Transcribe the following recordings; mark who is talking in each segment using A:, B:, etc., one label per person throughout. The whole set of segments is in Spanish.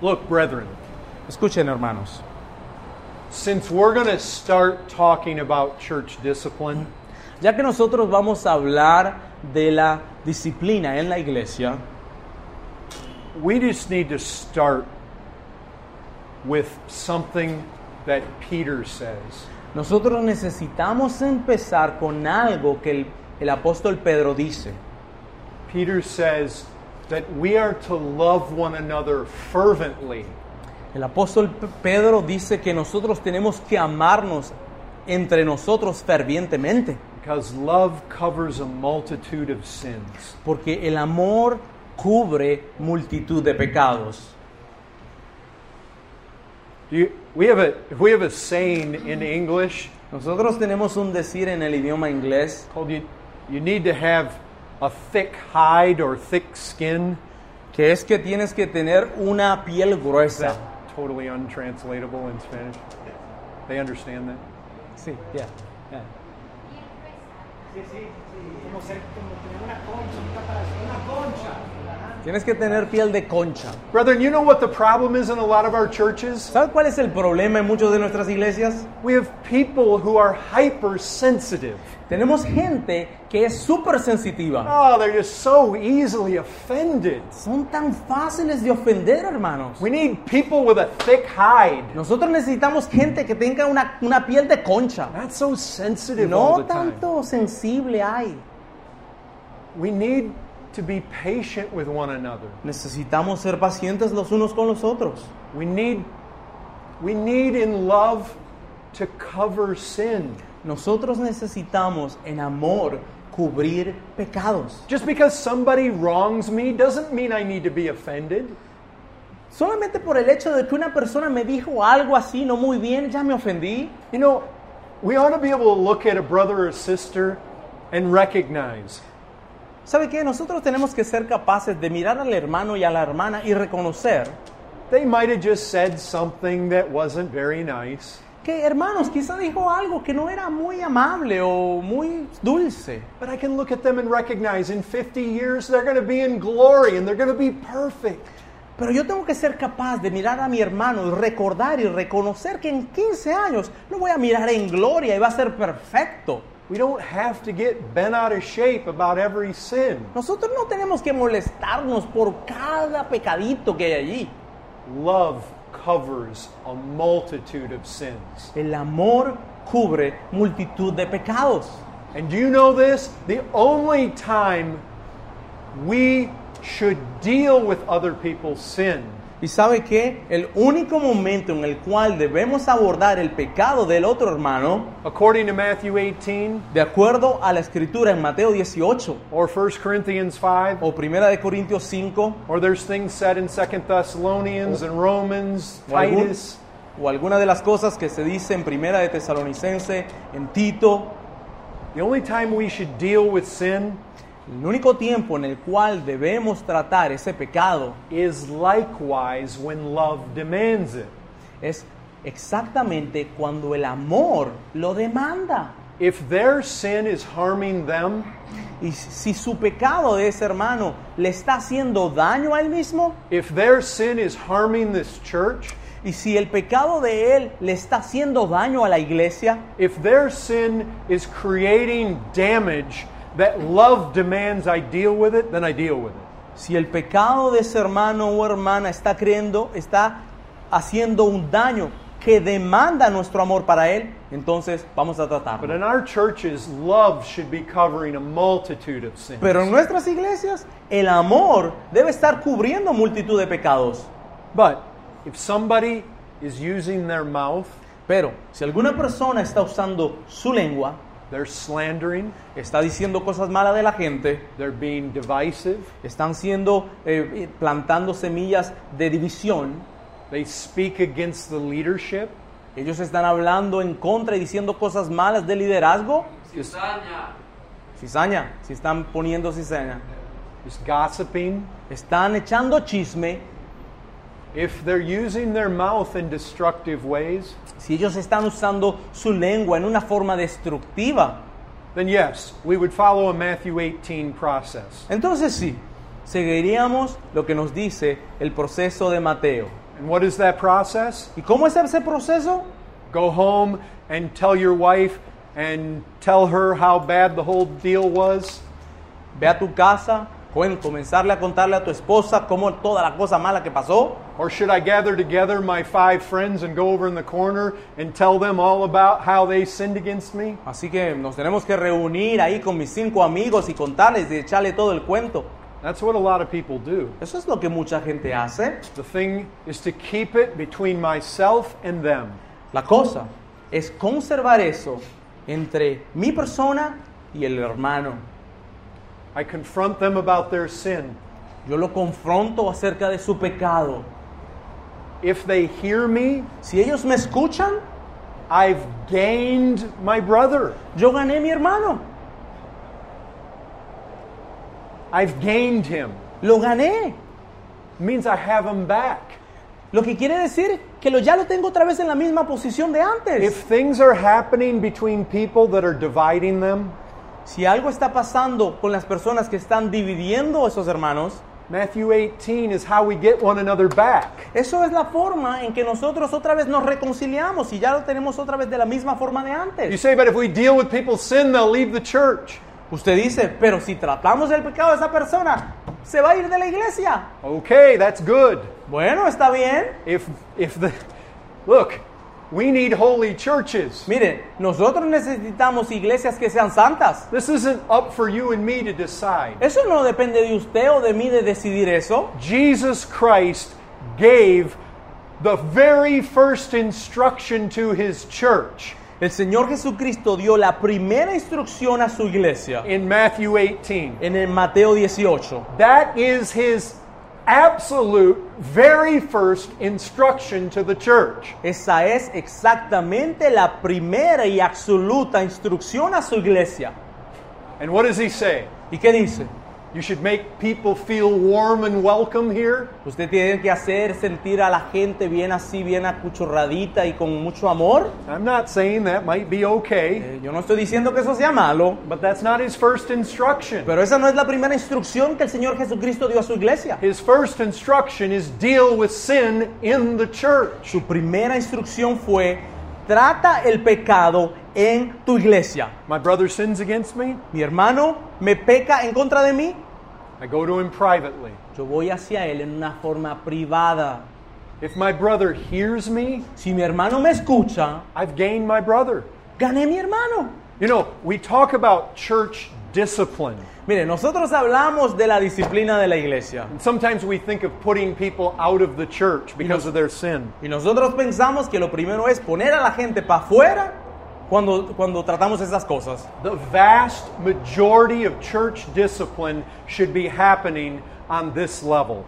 A: Look, brethren,
B: Escuchen, hermanos,
A: since we're going to start talking about church discipline,
B: ya que nosotros vamos a hablar de la disciplina en la iglesia,
A: we just need to start with something that Peter says.
B: nosotros necesitamos empezar con algo que el, el apóstol Pedro dice.
A: Peter says that we are to love one another fervently.
B: El apóstol P- Pedro dice que nosotros tenemos que amarnos entre nosotros fervientemente,
A: Because love covers a multitude of sins.
B: porque el amor cubre multitud de pecados.
A: Do you, we, have a, we have a saying in English
B: Nosotros tenemos un decir en el idioma inglés
A: called you, you need to have a thick hide or thick skin.
B: que es que tienes que tener una piel gruesa.
A: That's totally untranslatable in Spanish. They understand that.
B: Sí, ya. ya. Tienes que tener piel de concha.
A: Brethren, you know what the problem is in a lot of our churches?
B: ¿Sabes cuál es el problema en muchas de nuestras iglesias?
A: We have people who are hypersensitive.
B: Tenemos gente que es súper sensitiva.
A: Oh, they're just so easily offended.
B: Son tan fáciles de ofender, hermanos.
A: We need people with a thick hide,
B: Nosotros necesitamos gente que tenga una, una piel de concha.
A: not so sensitive all
B: No
A: the time.
B: tanto sensible hay.
A: We need to be patient with one another.
B: Necesitamos ser pacientes los unos con los otros.
A: We need we need in love to cover sin.
B: Nosotros necesitamos en amor cubrir pecados.
A: Just because somebody wrongs me doesn't mean I need to be offended.
B: Solamente por el hecho de que una persona me dijo algo así no muy bien, ya me ofendí.
A: You know, we ought to be able to look at a brother or sister and recognize
B: ¿Sabe qué? Nosotros tenemos que ser capaces de mirar al hermano y a la hermana y reconocer
A: they might have just said something that wasn't very nice,
B: que, hermanos, quizá dijo algo que no era muy amable o muy dulce.
A: but I can look at them and recognize in 50 years they're going to be in glory and they're going to be perfect.
B: Pero yo tengo que ser capaz de mirar a mi hermano y recordar y reconocer que en 15 años lo voy a mirar en gloria y va a ser perfecto.
A: We don't have to get bent out of shape about every sin.
B: Nosotros no tenemos que molestarnos por cada pecadito que hay allí.
A: Love covers a multitude of sins.
B: El amor cubre multitud de pecados.
A: And do you know this? The only time we should deal with other people's sin
B: Y sabe que el único momento en el cual debemos abordar el pecado del otro hermano,
A: According to Matthew 18
B: de acuerdo a la escritura en Mateo 18
A: or 1 Corinthians 5,
B: o Primera de Corintios 5
A: or there's things said in 2 Thessalonians and Romans,
B: o, algún-
A: Titus,
B: o alguna de las cosas que se dice en Primera de Tesalonicense, en Tito,
A: the only time we should deal with sin
B: el único tiempo en el cual debemos tratar ese pecado
A: is likewise when love demands it.
B: es exactamente cuando el amor lo demanda.
A: If their sin is harming them,
B: Y si su pecado de ese hermano le está haciendo daño a él mismo,
A: if their sin is harming this church,
B: y si el pecado de él le está haciendo daño a la iglesia,
A: if their sin is creating damage that love demands I deal with it, then I deal with it.
B: si el pecado de ese hermano o hermana está creyendo, está haciendo un daño que demanda nuestro amor para él, entonces vamos a
A: But
B: tratarlo.
A: in our churches, love should be covering a multitude of sins.
B: Pero en nuestras iglesias, el amor debe estar cubriendo multitud de pecados.
A: But if somebody is using their mouth,
B: Pero si alguna persona está usando su lengua,
A: they're slandering,
B: está diciendo cosas malas de la gente,
A: they're being divisive,
B: están siendo eh, plantando semillas de división.
A: they speak against the leadership,
B: Ellos están hablando en contra y diciendo cosas malas de liderazgo.
A: just,
B: Cizaña, si están poniendo cizaña.
A: just gossiping,
B: Están echando chisme.
A: if they're using their mouth in destructive ways,
B: Si ellos están usando su lengua en una forma destructiva,
A: then yes, we would follow a Matthew 18 process.
B: entonces sí, seguiríamos lo que nos dice el proceso de Mateo.
A: And what is that process?
B: ¿Y cómo es ese proceso?
A: Go home and tell your wife and tell her how bad the whole deal was.
B: Ve a tu casa, bueno, comenzarle a contarle a tu esposa cómo toda la cosa mala que pasó.
A: Or should I gather together my five friends and go over in the corner and tell them all about how they sinned against me?
B: Así que nos tenemos que reunir ahí con mis cinco amigos y contarles y echarle todo el cuento.
A: That's what a lot of people do.
B: Eso es lo que mucha gente hace.
A: The thing is to keep it between myself and them.
B: La cosa es conservar eso entre mi persona y el hermano.
A: I confront them about their sin.
B: Yo lo confronto acerca de su pecado.
A: If they hear me,
B: Si ellos me escuchan,
A: I've gained my brother.
B: yo gané mi hermano.
A: I've gained him.
B: Lo gané.
A: It means I have him back.
B: Lo que quiere decir que lo, ya lo tengo otra vez en la misma posición de antes.
A: If things are happening between people that are dividing them,
B: Si algo está pasando con las personas que están dividiendo a esos hermanos,
A: Matthew 18 is how we get one another back.
B: eso es la forma en que nosotros otra vez nos reconciliamos y ya lo tenemos otra vez de la misma forma de
A: You
B: antes.
A: say, but if we deal with people's sin, they'll leave the church.
B: Usted dice, pero si tratamos el pecado de esa persona, se va a ir de la iglesia.
A: Okay, that's good.
B: Bueno, está bien.
A: If if the look, we need holy churches.
B: Miren, nosotros necesitamos iglesias que sean santas.
A: This isn't up for you and me to decide.
B: Eso no depende de usted o de mí de decidir eso.
A: Jesus Christ gave the very first instruction to his church
B: El Señor Jesucristo dio la primera instrucción a su iglesia
A: in Matthew 18.
B: en el Mateo 18.
A: That is his absolute very first instruction to the church.
B: Esa es exactamente la primera y absoluta instrucción a su iglesia.
A: And what does he say?
B: ¿Y qué dice?
A: You should make people feel warm and welcome here.
B: Usted tiene que hacer sentir a la gente bien así, bien acuchurradita y con mucho amor.
A: I'm not saying that might be okay,
B: Eh, yo no estoy diciendo que eso sea malo,
A: but that's not his first instruction.
B: pero esa no es la primera instrucción que el Señor Jesucristo dio a su iglesia.
A: His first instruction is deal with sin in the church.
B: Su primera instrucción fue, trata el pecado en tu iglesia.
A: My brother sins against me,
B: Mi hermano me peca en contra de mí,
A: I go to him privately.
B: yo voy hacia él en una forma privada.
A: If my brother hears me,
B: Si mi hermano me escucha,
A: I've gained my brother.
B: gané mi hermano.
A: You know, we talk about church discipline.
B: Mire, nosotros hablamos de la disciplina de la iglesia.
A: And sometimes we think of putting people out of the church because of their sin.
B: Y nosotros pensamos que lo primero es poner a la gente para afuera cuando, cuando tratamos esas cosas.
A: The vast majority of church discipline should be happening on this level.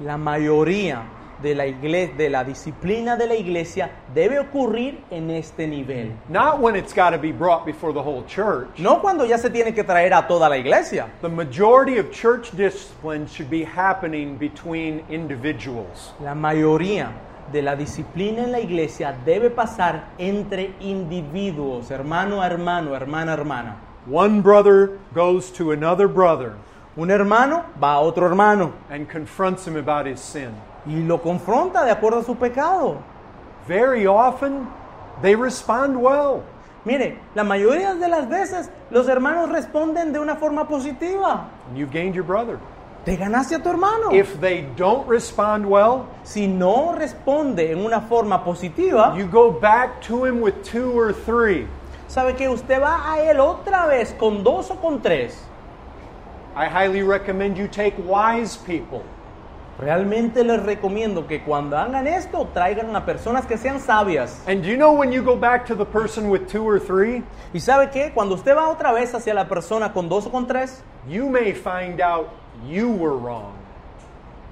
B: La mayoría de la, igle- de la disciplina de la iglesia debe ocurrir en este nivel.
A: Not when it's got to be brought before the whole church.
B: No cuando ya se tiene que traer a toda la iglesia.
A: The majority of church discipline should be happening between individuals.
B: La mayoría de la disciplina en la iglesia debe pasar entre individuos, hermano a hermano, hermana a hermana.
A: One brother goes to another brother
B: Un hermano va a otro hermano
A: and confronts him about his sin.
B: y lo confronta de acuerdo a su pecado.
A: Very often, they respond well.
B: Mire, la mayoría de las veces los hermanos responden de una forma positiva.
A: And you've gained your brother.
B: Te ganaste a tu hermano.
A: If they don't respond well,
B: si no responde en una forma positiva,
A: you go back to him with two or three.
B: sabe que usted va a él otra vez con dos o con tres.
A: I highly recommend you take wise people.
B: Realmente les recomiendo que cuando hagan esto traigan a personas que sean sabias.
A: And do you know when you go back to the person with two or three,
B: Y sabe que cuando usted va otra vez hacia la persona con dos o con tres,
A: you may find out you were wrong.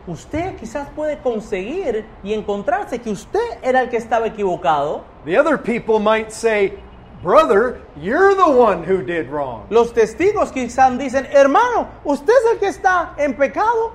B: usted quizás puede conseguir y encontrarse que usted era el que estaba equivocado.
A: The other people might say, Brother, you're the one who did wrong.
B: Los testigos quizás dicen, hermano, usted es el que está en pecado.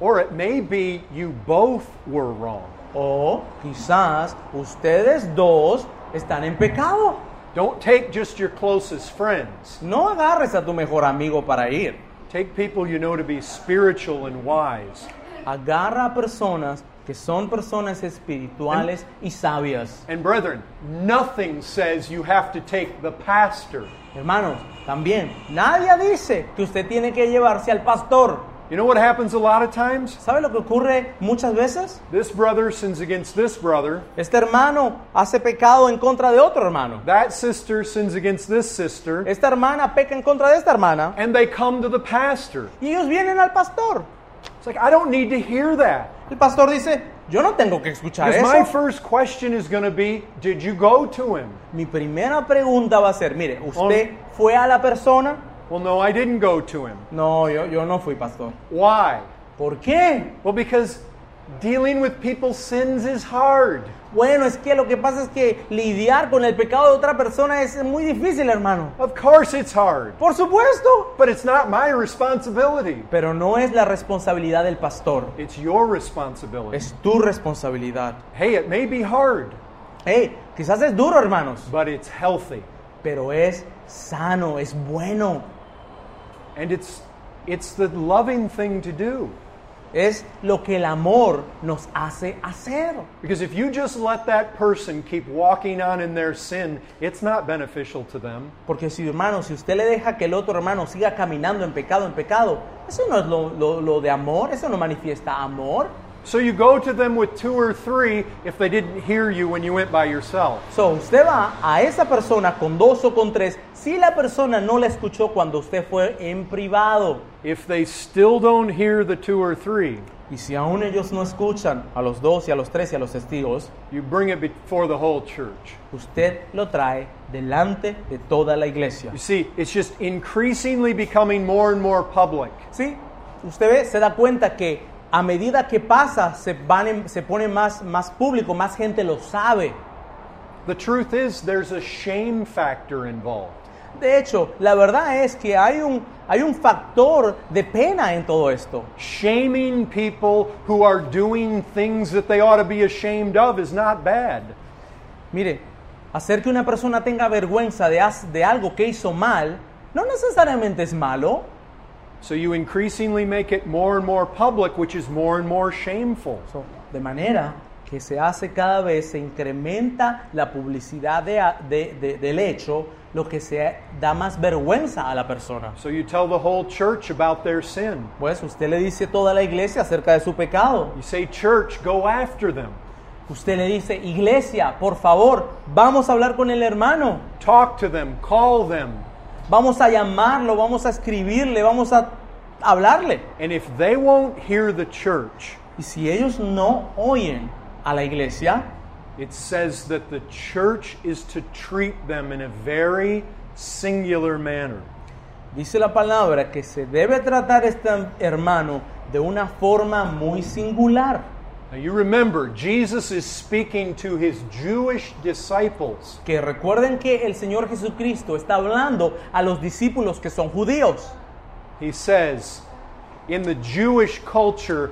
A: Or it may be you both were wrong.
B: O quizás ustedes dos están en pecado.
A: Don't take just your closest friends,
B: No agarres a tu mejor amigo para ir.
A: take people you know to be spiritual and wise.
B: Agarra a personas que son personas espirituales y sabias.
A: And brethren, nothing says you have to take the pastor.
B: Hermanos, también, nadie dice que usted tiene que llevarse al pastor.
A: You know what happens a lot of times?
B: ¿Sabe lo que ocurre muchas veces?
A: This brother sins against this brother,
B: Este hermano hace pecado en contra de otro hermano.
A: that sister sins against this sister,
B: Esta hermana peca en contra de esta hermana.
A: and they come to the pastor.
B: Y ellos vienen al pastor.
A: It's like, I don't need to hear that.
B: El pastor dice, yo no tengo que escuchar
A: Because my
B: eso.
A: first question is going to be Did you go to him?
B: Mi primera pregunta va a ser, mire, ¿usted fue a la persona?
A: Well, no, I didn't go to him.
B: No, yo, yo no fui pastor.
A: Why?
B: ¿Por qué?
A: Well, because dealing with people's sins is hard.
B: Bueno, es que lo que pasa es que lidiar con el pecado de otra persona es muy difícil, hermano.
A: Of course, it's hard.
B: Por supuesto.
A: But it's not my responsibility.
B: Pero no es la responsabilidad del pastor.
A: It's your responsibility.
B: Es tu responsabilidad.
A: hey, it may be hard,
B: Hey, quizás es duro, hermanos.
A: but it's healthy.
B: Pero es sano, es bueno.
A: And it's it's the loving thing to do.
B: Es lo que el amor nos hace hacer.
A: Because if you just let that person keep walking on in their sin, it's not beneficial to them.
B: Porque si hermano, si usted le deja que el otro hermano siga caminando en pecado, en pecado, eso no es lo, lo- lo de amor, eso no manifiesta amor.
A: So you go to them with two or three if they didn't hear you when you went by yourself.
B: So, usted va a esa persona con dos o con tres, si la persona no la escuchó cuando usted fue en privado.
A: If they still don't hear the two or three,
B: Y si aún ellos no escuchan a los dos y a los tres y a los testigos,
A: you bring it before the whole church.
B: usted lo trae delante de toda la iglesia.
A: You see, it's just increasingly becoming more and more public.
B: Sí, usted ve, se da cuenta que a medida que pasa, se, van en- se pone más, más público, más gente lo sabe.
A: The truth is, there's a shame factor involved.
B: De hecho, la verdad es que hay un, hay un factor de pena en todo esto.
A: Shaming people who are doing things that they ought to be ashamed of is not bad.
B: Mire, hacer que una persona tenga vergüenza de, haz- de algo que hizo mal, no necesariamente es malo.
A: So you increasingly make it more and more public, which is more and more shameful.
B: So, de manera que se hace cada vez, se incrementa la publicidad de a- de- de- del hecho, lo que se da más vergüenza a la persona.
A: So you tell the whole church about their sin.
B: Pues usted le dice a toda la iglesia acerca de su pecado.
A: You say, Church, go after them.
B: Usted le dice, iglesia, por favor, vamos a hablar con el hermano.
A: Talk to them, call them.
B: Vamos a llamarlo, vamos a escribirle, vamos a hablarle.
A: And if they won't hear the church,
B: Y si ellos no oyen a la iglesia,
A: it says that the church is to treat them in a very singular manner.
B: dice la palabra que se debe tratar a este hermano de una forma muy singular.
A: Now you remember, Jesus is speaking to his Jewish disciples.
B: Que recuerden que el Señor Jesucristo está hablando a los discípulos que son judíos.
A: He says, in the Jewish culture,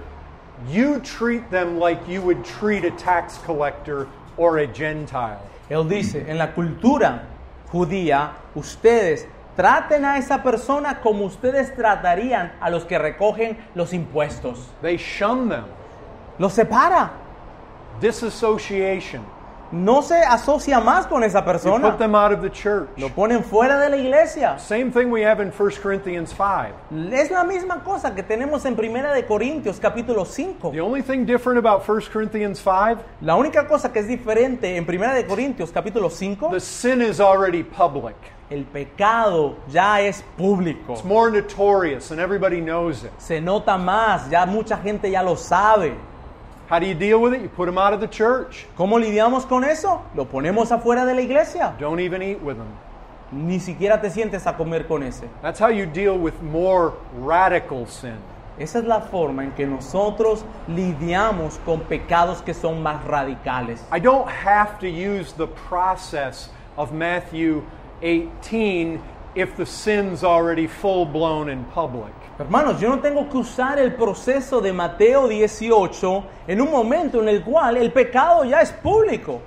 A: you treat them like you would treat a tax collector or a Gentile.
B: Él dice, en la cultura judía, ustedes traten a esa persona como ustedes tratarían a los que recogen los impuestos.
A: They shun them.
B: Los separa.
A: Disassociation.
B: No se asocia más con esa
A: You
B: persona.
A: put them out of the church.
B: Lo ponen fuera de la iglesia.
A: Same thing we have in 1 Corinthians 5.
B: Es la misma cosa que tenemos en Primera de Corintios capítulo 5.
A: The only thing different about 1 Corinthians 5,
B: La única cosa que es diferente en Primera de Corintios capítulo 5,
A: the sin is already public.
B: el pecado ya es público.
A: It's more notorious and everybody knows it.
B: Se nota más, ya mucha gente ya lo sabe.
A: How do you deal with it? You put them out of the church.
B: ¿Cómo lidiamos con eso? Lo ponemos afuera de la iglesia.
A: Don't even eat with them.
B: Ni siquiera te sientes a comer con ese.
A: That's how you deal with more radical sin.
B: Esa es la forma en que nosotros lidiamos con pecados que son más radicales.
A: I don't have to use the process of Matthew 18 if the sin's already full blown in public.
B: Hermanos, yo no tengo que usar el proceso de Mateo 18 en un momento en el cual el pecado ya es público.